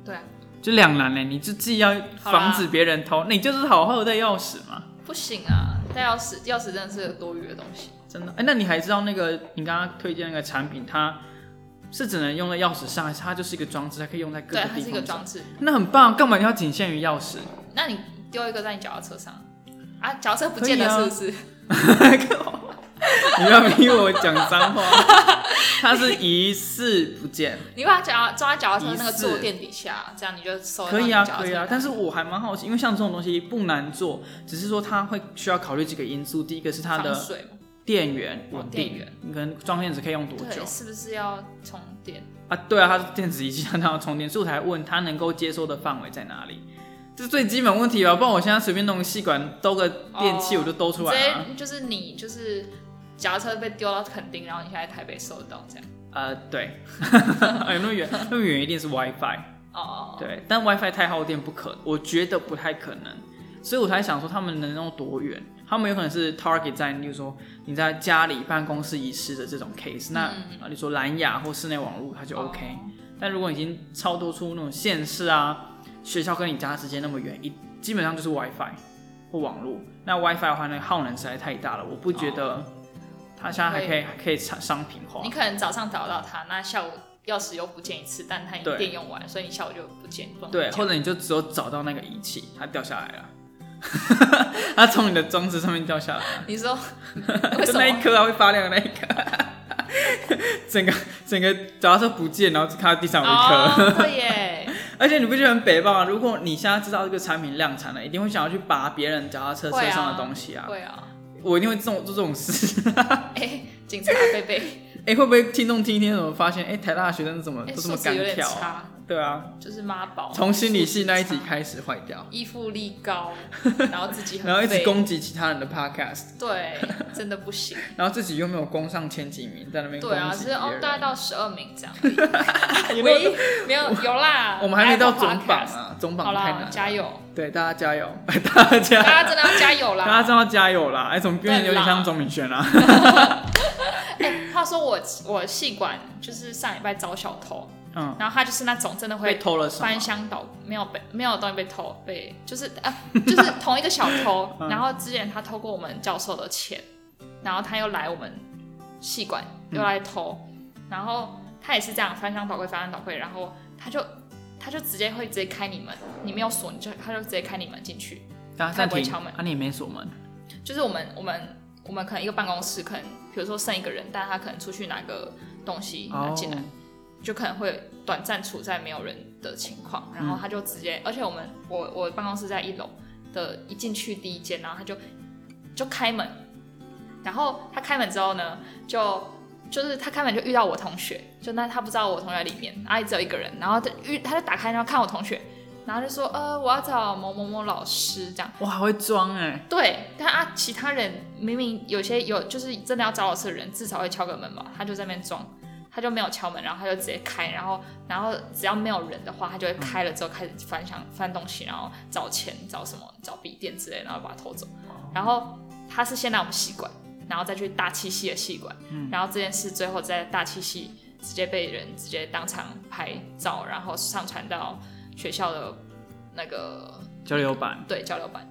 S1: 对啊，
S2: 就两难嘞，你就既要防止别人偷，那你就是好好的带钥匙嘛，
S1: 不行啊！带钥匙，钥匙真的是个多余的东西。
S2: 真的。哎、那你还知道那个你刚刚推荐那个产品，它是只能用在钥匙上，还是它就是一个装置，它可以用在各
S1: 对，
S2: 个
S1: 它
S2: 地
S1: 是一个
S2: 方
S1: 装
S2: 上？
S1: 置。
S2: 那很棒，干嘛你要仅限于钥匙？
S1: 那你丢一个在你脚踏车上啊？脚踏车不见得
S2: 可以
S1: 是
S2: 啊
S1: 不是？
S2: 你不要逼我讲脏话。它是疑似不见，
S1: 你把脚抓脚踏车那个
S2: 疑似
S1: 坐垫底下，这样你就收得到
S2: 可
S1: 哦你
S2: 以
S1: 脚
S2: 啊，
S1: 踏车
S2: 可以啊。但是我还蛮好奇，因为像这种东西不难做，只是说它会需要考虑几个因素。第一个是它
S1: 防
S2: 的
S1: 水嘛，
S2: 电源
S1: 哦
S2: 稳
S1: 电
S2: 定，
S1: 源
S2: 你可能装电池可以用多久
S1: 对，是不是要充电？
S2: 啊？对啊，它是电子仪器，它 要充电，所以我才问它能够接收的范围在哪里，这是最基本问题吧？不然我现在随便弄个细管兜个电器，
S1: 哦
S2: 我就兜出来了、啊。
S1: 直接就是你就是脚踏车被丢到垦丁，然后你现在台北收得到这样。
S2: 呃，对， 哎，那么远，那么远一定是 WiFi。
S1: 哦哦，哦，
S2: 对，但 WiFi 太耗电不可，我觉得不太可能，所以我才想说他们能用多远？他们有可能是 target 在，例如说你在家里、办公室遗失的这种 case，那、啊你说蓝牙或室内网络它就 OK，、但如果已经超多出那种县市啊、学校跟你家之间那么远，一基本上就是 WiFi 或网络。那 WiFi 的话，那个耗能实在太大了，我不觉得它现在还可以还可以商商品化
S1: 你。可能早上找到它，那下午钥匙又不见一次，但它已经
S2: 对
S1: 电用完了，所以你下午就不见。不能
S2: 对，
S1: 见
S2: 或者你就只有找到那个仪器，它掉下来了， 它从你的装置上面掉下来了，
S1: 你 说为什
S2: 就那一
S1: 么？
S2: 颗啊会发亮的那一颗， 整个整个假如说不见，然后就看到地上有一颗，
S1: 哦，对耶，
S2: 而且你不觉得很北吧？如果你现在知道这个产品量产了，一定会想要去拔别人脚踏车车
S1: 会啊
S2: 上的东西啊！
S1: 会啊。
S2: 我一定会这种做这种事。
S1: 哎，警察贝贝，
S2: 哎、会不会听众听一听，怎么发现哎、台大的学生怎么
S1: 哎，
S2: 都这么
S1: 素
S2: 敢
S1: 质有点
S2: 跳、啊？
S1: 差，哦
S2: 对啊，
S1: 就是妈宝，
S2: 从心理系那一集
S1: 素质差，
S2: 开始坏掉，
S1: 依附力 高，然后自己很
S2: 然后一直
S1: 废
S2: 攻击其他人的 podcast。
S1: 对，真的不 行。
S2: 然后自己又没有攻上前几名，在那边攻
S1: 对
S2: 击
S1: 啊，只是
S2: 别
S1: 哦
S2: 人，
S1: 大概到十二名 这样而已。
S2: 有
S1: 唯
S2: 没有
S1: 一没有有啦，
S2: 我们还没到
S1: Apple
S2: 总榜
S1: Podcast
S2: 啊，总
S1: 好
S2: 榜太难
S1: 啦，
S2: 了。
S1: 加油！
S2: 对，大家加油， 大
S1: 大
S2: 家
S1: 家真的要加油
S2: 大家
S1: 啦！
S2: 真的要加油啦！哎，怎么变得有点
S1: 对
S2: 像
S1: 啦
S2: 钟明轩啊？
S1: 哎，话说我我戏馆就是上礼拜遭小偷，
S2: 嗯，
S1: 然后他就是那种真的
S2: 被
S1: 会
S2: 偷了什
S1: 翻
S2: 么？。
S1: 箱倒，没有被没有东西被偷，被就是啊， 就是同一个小偷
S2: 嗯
S1: 然后之前他偷过我们教授的钱，然后他又来我们戏馆
S2: 嗯
S1: 又来偷，然后他也是这样翻箱倒柜翻箱倒柜，然后他就他就直接会直接开你门，你没有锁，你就他就直接开你门进去。
S2: 大家暂
S1: 他也不会
S2: 停，
S1: 敲门
S2: 啊，你也没锁门，
S1: 就是我们我们我们可能一个办公室，可能比如说剩一个人，但他可能出去拿个东西拿
S2: 哦
S1: 进来，就可能会短暂处在没有人的情况，然后他就直接，而且我们我我办公室在一楼的，一进去第一间，然后他就就开门，然后他开门之后呢，就就是他开门就遇到我同学，就那他不知道我同学在里面，然后也只有一个人，然后他遇他就打开然后看我同学，然后就说呃我要找某某某老师这样。
S2: 我还会装哎，
S1: 对，但啊，其他人明明有些有就是真的要找老师的人，至少会敲个门吧，他就在那边装，他就没有敲门，然后他就直接开，然后然后只要没有人的话，他就会开了之后开始翻箱翻东西，然后找钱、找什么、找笔电之类，然后把它偷走。然后他是先来我们系馆，然后再去大气系的系馆，然后这件事最后在大气系直接被人直接当场拍照，然后上传到学校的那个
S2: 交流版
S1: 对交流版。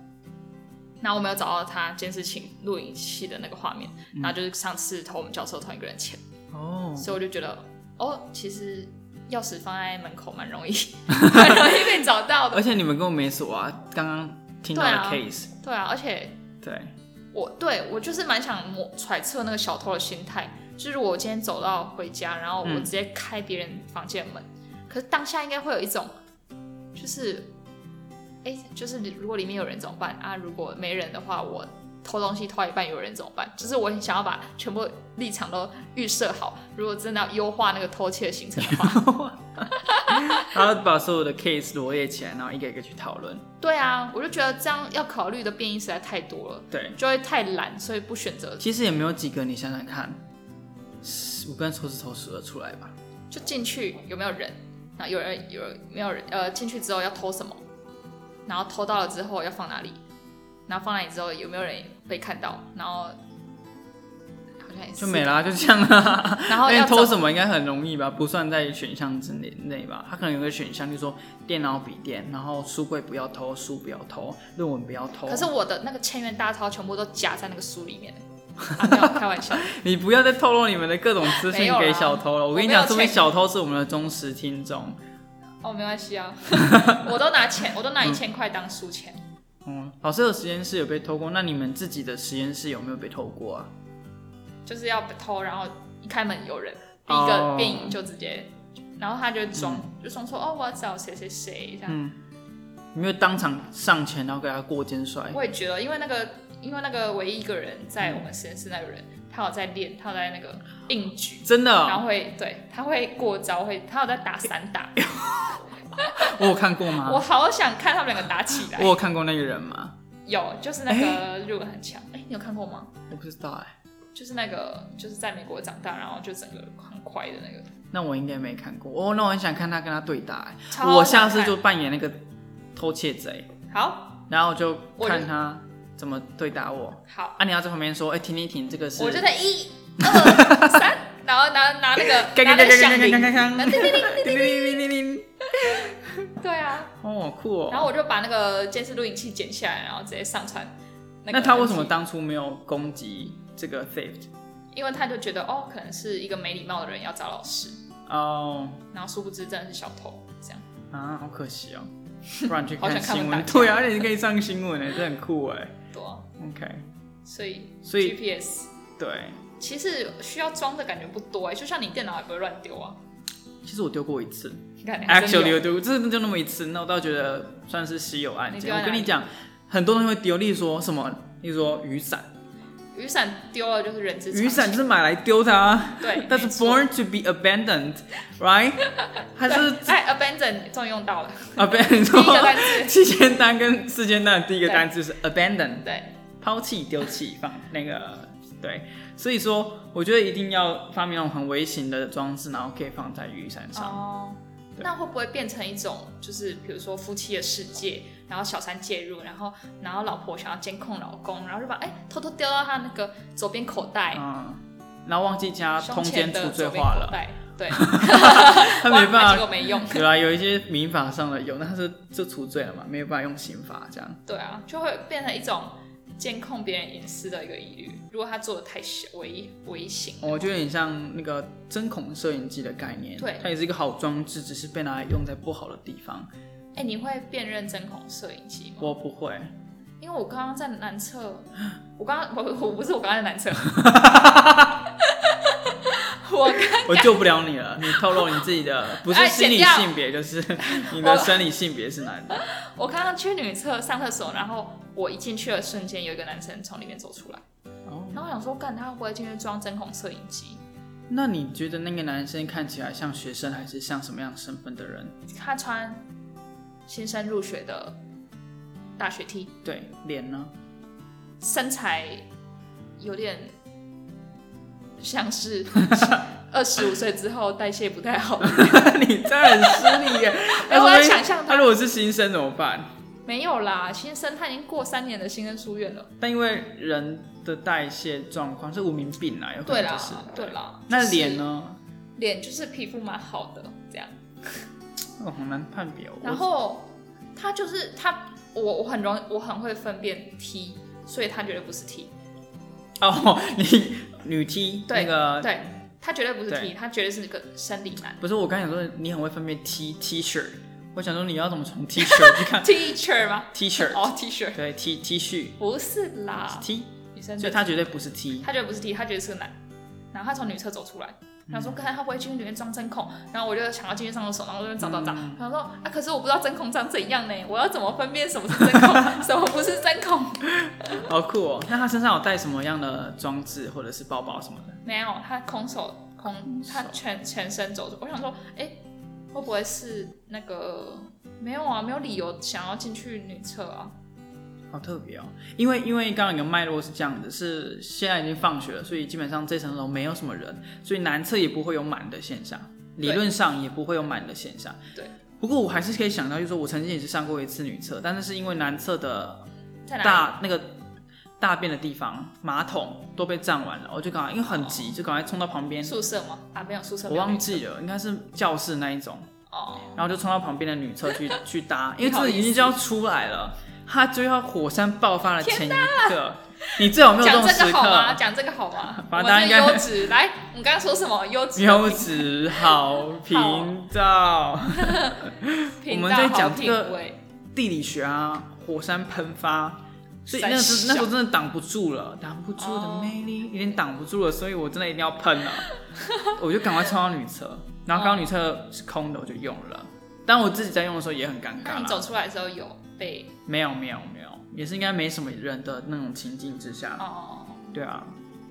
S1: 然后我没有找到他监视器录影器的那个画面，然后就是上次投我们教授同一个人钱，
S2: 哦，
S1: 所以我就觉得哦，其实钥匙放在门口蛮容易，蛮容易被找到的。
S2: 而且你们跟我没锁啊，刚刚听到的
S1: 对啊
S2: case，
S1: 对啊，而且
S2: 对，
S1: 我对我就是蛮想摸揣测那个小偷的心态，就是我今天走到回家，然后我
S2: 嗯
S1: 直接开别人房间门，可是当下应该会有一种，就是，哎、就是如果里面有人怎么办啊？如果没人的话，我偷东西偷到一半有人怎么办？就是我很想要把全部立场都预设好，如果真的要优化那个偷窃的行程的话，
S2: 然后把所有的 case 罗列起来，然后一个一个去讨论，
S1: 对啊，我就觉得这样要考虑的变因实在太多了，
S2: 对，
S1: 就会太懒，所以不选择，
S2: 其实也没有几个，你想想看，十五根手指头数得出来吧？
S1: 就进去有没有人，然后有人有人没有人，呃，进去之后要偷什么，然后偷到了之后要放哪里，然后放哪里之后有没有人被看到，然后好像也是
S2: 就没啦，就这样啦。
S1: 然后
S2: 那
S1: 要
S2: 你偷
S1: 么？
S2: 什么应该很容易吧？不算在选项之内内吧？它可能有个选项，就说电脑、笔电，然后书柜不要偷，书不要偷，论文不要偷。
S1: 可是我的那个千元大钞全部都夹在那个书里面，啊，没有开玩 笑，
S2: 你不要再透露你们的各种资
S1: 没
S2: 讯
S1: 有啦
S2: 给小偷了。我跟你
S1: 我没
S2: 讲，
S1: 有
S2: 说明
S1: 钱
S2: 小偷是我们的忠实听众。
S1: 哦，没关系啊，我都拿钱，我都拿一千块当书钱，
S2: 嗯，老师的实验室有被偷过，那你们自己的实验室有没有被偷过啊？
S1: 就是要偷，然后一开门有人，一个
S2: 哦
S1: 电影就直接，然后他就装、就装说哦，我要找谁谁谁这样。
S2: 嗯，有没有当场上前然后给他过肩摔？
S1: 我也觉得，因为那个因为那个唯一一个人在我们实验室那个人，他有在练，他有在那个硬举，
S2: 真的
S1: 然
S2: 哦、
S1: 后会对他会过招，会他有在打散 打，
S2: 我有看过吗？
S1: 我好想看他们两个打起来
S2: 啊我。有看过那个人吗？
S1: 有，就是那个日文很强，哎、你有看过吗？
S2: 我不知道哎、
S1: 就是那个就是在美国长大，然后就整个很快的那个。
S2: 那我应该没看过。哦，那我很想看他跟他对打、哎
S1: 超好
S2: 我下次
S1: 看
S2: 就扮演那个偷窃贼，
S1: 好
S2: 然后就
S1: 我就
S2: 看他怎么对打我。
S1: 好，
S2: 啊，你要在旁边说，哎、停停停，这个是。
S1: 我就在一二 三，然后拿拿那个拿那个响铃，对啊，
S2: 哦，酷
S1: 然
S2: 哦！
S1: 后我就把那个监视录影器剪下来，然后直接上传。
S2: 那他为什么？当初没有攻击这个 theft？
S1: 因为他就觉得哦，可能是一个没礼貌的人要找老师，
S2: 哦，
S1: 然后殊不知真的是小偷，这样
S2: 啊，好可惜哦，不然去
S1: 好想看
S2: 新
S1: 我打
S2: 闻。
S1: 架
S2: 对啊，而且你可以上新闻哎，这很酷哎。
S1: 对啊、
S2: OK，
S1: 所以
S2: 所以
S1: GPS
S2: 对，
S1: 其实需要装的感觉不多哎、就像你电脑也不会乱丢啊。
S2: 其实我丢过一次
S1: 你看你还真
S2: ，actually
S1: 有
S2: 我丢，真的就那么一次，那我倒觉得算是稀有案
S1: 你
S2: 件。
S1: 丢在
S2: 我跟
S1: 哪
S2: 你
S1: 里
S2: 讲，很多东西会丢，例如说什么，例如说雨伞，
S1: 雨伞丢了就是人之常
S2: 雨伞
S1: 情
S2: 就是买来丢 的啊。
S1: 对，
S2: 但是
S1: 没错
S2: born to be abandoned，right？它是
S1: 哎 abandon 终于用 到了，
S2: 啊，不你
S1: 第一个
S2: 说
S1: 单词
S2: 七千单跟四千单的第一个单词是 abandon，
S1: 对，
S2: 抛弃、丢弃、放那个对，所以说我觉得一定要发明那种很微型的装置，然后可以放在雨伞上。
S1: 哦，
S2: 对
S1: 那会不会变成一种就是比如说夫妻的世界，然后小三介入，然后然后老婆想要监控老公，然后就把哎、偷偷丢到他那个左边口袋，
S2: 嗯，然后忘记加
S1: 哎胸
S2: 通
S1: 前
S2: 奸处
S1: 的
S2: 罪
S1: 左边
S2: 化
S1: 口
S2: 了，
S1: 袋，对，
S2: 他
S1: 哇
S2: 没办
S1: 结
S2: 法。
S1: 果没用，
S2: 有啊，有一些民法上的有，但是就处罪了嘛，没有办法用刑法这样。
S1: 对啊，就会变成一种监控别人隐私的一个疑虑。如果他做的太小微微型，
S2: 我觉得很像那个针孔摄影机的概念，
S1: 对
S2: 它也是一个好装置，只是被拿来用在不好的地方。
S1: 哎、你会辨认针孔摄影机吗？
S2: 我不会，
S1: 因为我刚刚在男厕，我刚刚我我不是我刚刚在男厕，我
S2: 我救不了你了，你透露你自己的 不是
S1: 哎
S2: 心理
S1: 剪掉
S2: 性 别， 就是你的生理性别是男的。
S1: 我刚刚去女厕上厕所，然后我一进去的瞬间，有一个男生从里面走出来，
S2: 哦，
S1: 然后我想说，干他会不会进去装针孔摄影机？
S2: 那你觉得那个男生看起来像学生，还是像什么样身份的人？
S1: 他穿新生入学的大学 T，
S2: 对，脸呢？
S1: 身材有点像 是二十五岁之后代谢不太好。
S2: 你这很失礼耶！
S1: 哎 我在想象
S2: 他
S1: 他
S2: 如果是新生怎么办？
S1: 没有啦，新生他已经过三年的新生书院了。
S2: 但因为人的代谢状况是无名病啦，有可
S1: 对
S2: 能
S1: 啦
S2: 哦就是。，
S1: 对啦。
S2: 那脸？呢？
S1: 脸就是皮肤蛮好的，这样。
S2: 我好难判别哦。
S1: 然后他就是他，我我很容易，我很会分辨 T，所以他绝对不是 T，
S2: 我哦， 你女 T 那
S1: 对
S2: 个
S1: 对他绝对不是
S2: 呃对
S1: T，他绝对是个生理男。
S2: 不是我刚才想说你很会分辨 T T 恤，我想说你要怎么从 T 恤去看
S1: Teacher 吗？
S2: T 恤，
S1: 哦，T 恤
S2: 对 T T 恤
S1: 不是啦，
S2: T，
S1: 女生
S2: 所以
S1: 啊的
S2: 他绝对不是 T。
S1: 他绝对不是 T，他绝对是个男。然后他从女厕走出来，然后说：“看他不会进去里面装针孔。”然后我就想要进去上厕所，然后我就找找找。然后说：“啊，可是我不知道针孔长怎样呢，我要怎么分辨什么是针孔，什么不是针孔
S2: 好酷哦！那他身上有带什么样的装置或者是包包什么的？？”
S1: 没有，他空手空，他全全身走出。我想说，哎，会不会是那个？没有啊，没有理由想要进去女厕啊。
S2: 好特别哦！因为因为刚刚有个脉络是这样子，是现在已经放学了，所以基本上这层楼没有什么人，所以男厕也不会有满的现象，
S1: 对
S2: 理论上也不会有满的现象。
S1: 对。
S2: 不过我还是可以想到，就是说我曾经也是上过一次女厕，但是是因为男厕的
S1: 在哪里？
S2: 大那个大便的地方，马桶都被占完了，我就赶快，因为很急，就赶快冲到旁边。
S1: 宿舍吗？啊，没有宿舍。
S2: 我
S1: 没有
S2: 忘
S1: 女
S2: 记了，应该是教室那一种，
S1: 哦，
S2: 然后就冲到旁边的女厕 去去搭，因为
S1: 你好
S2: 这
S1: 意思
S2: 已经就要出来了，他就要火山爆发的前一刻，你最好没有这
S1: 讲
S2: 种
S1: 这
S2: 时
S1: 个好吗？
S2: 刻。啊
S1: 讲这个好 吗？我
S2: 反正
S1: 们
S2: 大家
S1: 这
S2: 应该
S1: 优质，来，我们刚刚说什么？优质的
S2: 优质好频道，
S1: 频
S2: 我们
S1: 道
S2: 在
S1: 好
S2: 讲
S1: 品
S2: 这个
S1: 味
S2: 地理学啊，火山喷发，所以
S1: 三
S2: 那
S1: 小
S2: 时那时候真的挡不住了，挡不住的魅力，有点挡不住了，所以我真的一定要喷了。我就赶快冲到女厕，然后刚好女厕是空的，我就用了。但我自己在用的时候也很尴
S1: 那
S2: 尬
S1: 你走
S2: 啦，
S1: 出来的时候有被
S2: 没有没有没有，也是应该没什么人的那种情境之下，
S1: 哦，
S2: 对啊。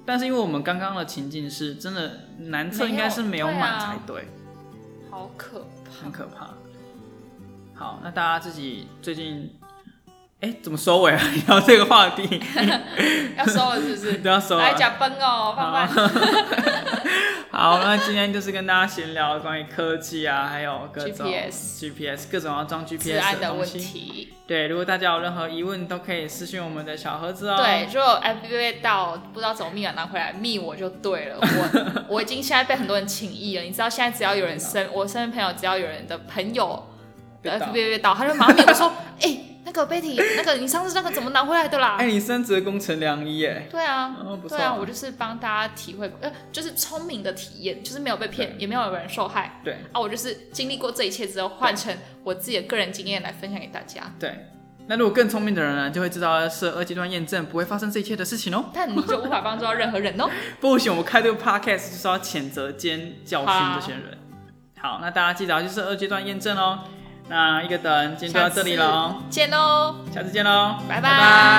S2: 但是因为我们刚刚的情境是真的男厕应该是没有
S1: 没有对啊
S2: 满才对，
S1: 好可
S2: 很
S1: 怕！
S2: 可怕。好，那大家自己最近，哎、怎么收尾啊？ 聊这个话题
S1: 要收了是不是？
S2: 都要收啊
S1: 来
S2: 了。
S1: 假崩哦，范范。
S2: 好，那今天就是跟大家闲聊关于科技啊，还有各种
S1: GPS
S2: GPS 各种要装
S1: 治
S2: GPS
S1: 安
S2: 的
S1: 的
S2: 东
S1: 问
S2: 西。
S1: 题。
S2: 对，如果大家有任何疑问，都可以私信我们的小盒子哦。
S1: 对，如果 FBA 到不知道怎么密码拿回来，密我就对了。 我我已经现在被很多人请益了，你知道现在只要有人身，我身边朋友只要有人的朋友
S2: 被
S1: 的
S2: 盗
S1: FBA 到，他就马上密我说， 哎、那个 Betty，那个你上次那个怎么拿回来的啦？
S2: 哎、你升职功成良医耶。
S1: 对啊，
S2: 哦，不错。
S1: 对啊，我就是帮大家体会，呃，就是聪明的体验，就是没有被骗，也没有人受害
S2: 对
S1: 啊。我就是经历过这一切之后，换成我自己的个人经验来分享给大家。
S2: 对。那如果更聪明的人呢，就会知道设二阶段验证不会发生这一切的事情哦。
S1: 但你就无法帮助到任何人 哦。
S2: 不行，我们开这个 podcast 就是要谴责兼教训这些人。好，那大家记得要去设二阶段验证哦。那一个等，今天就到这里喽，
S1: 见喽。
S2: 下次见喽，
S1: 拜拜
S2: 拜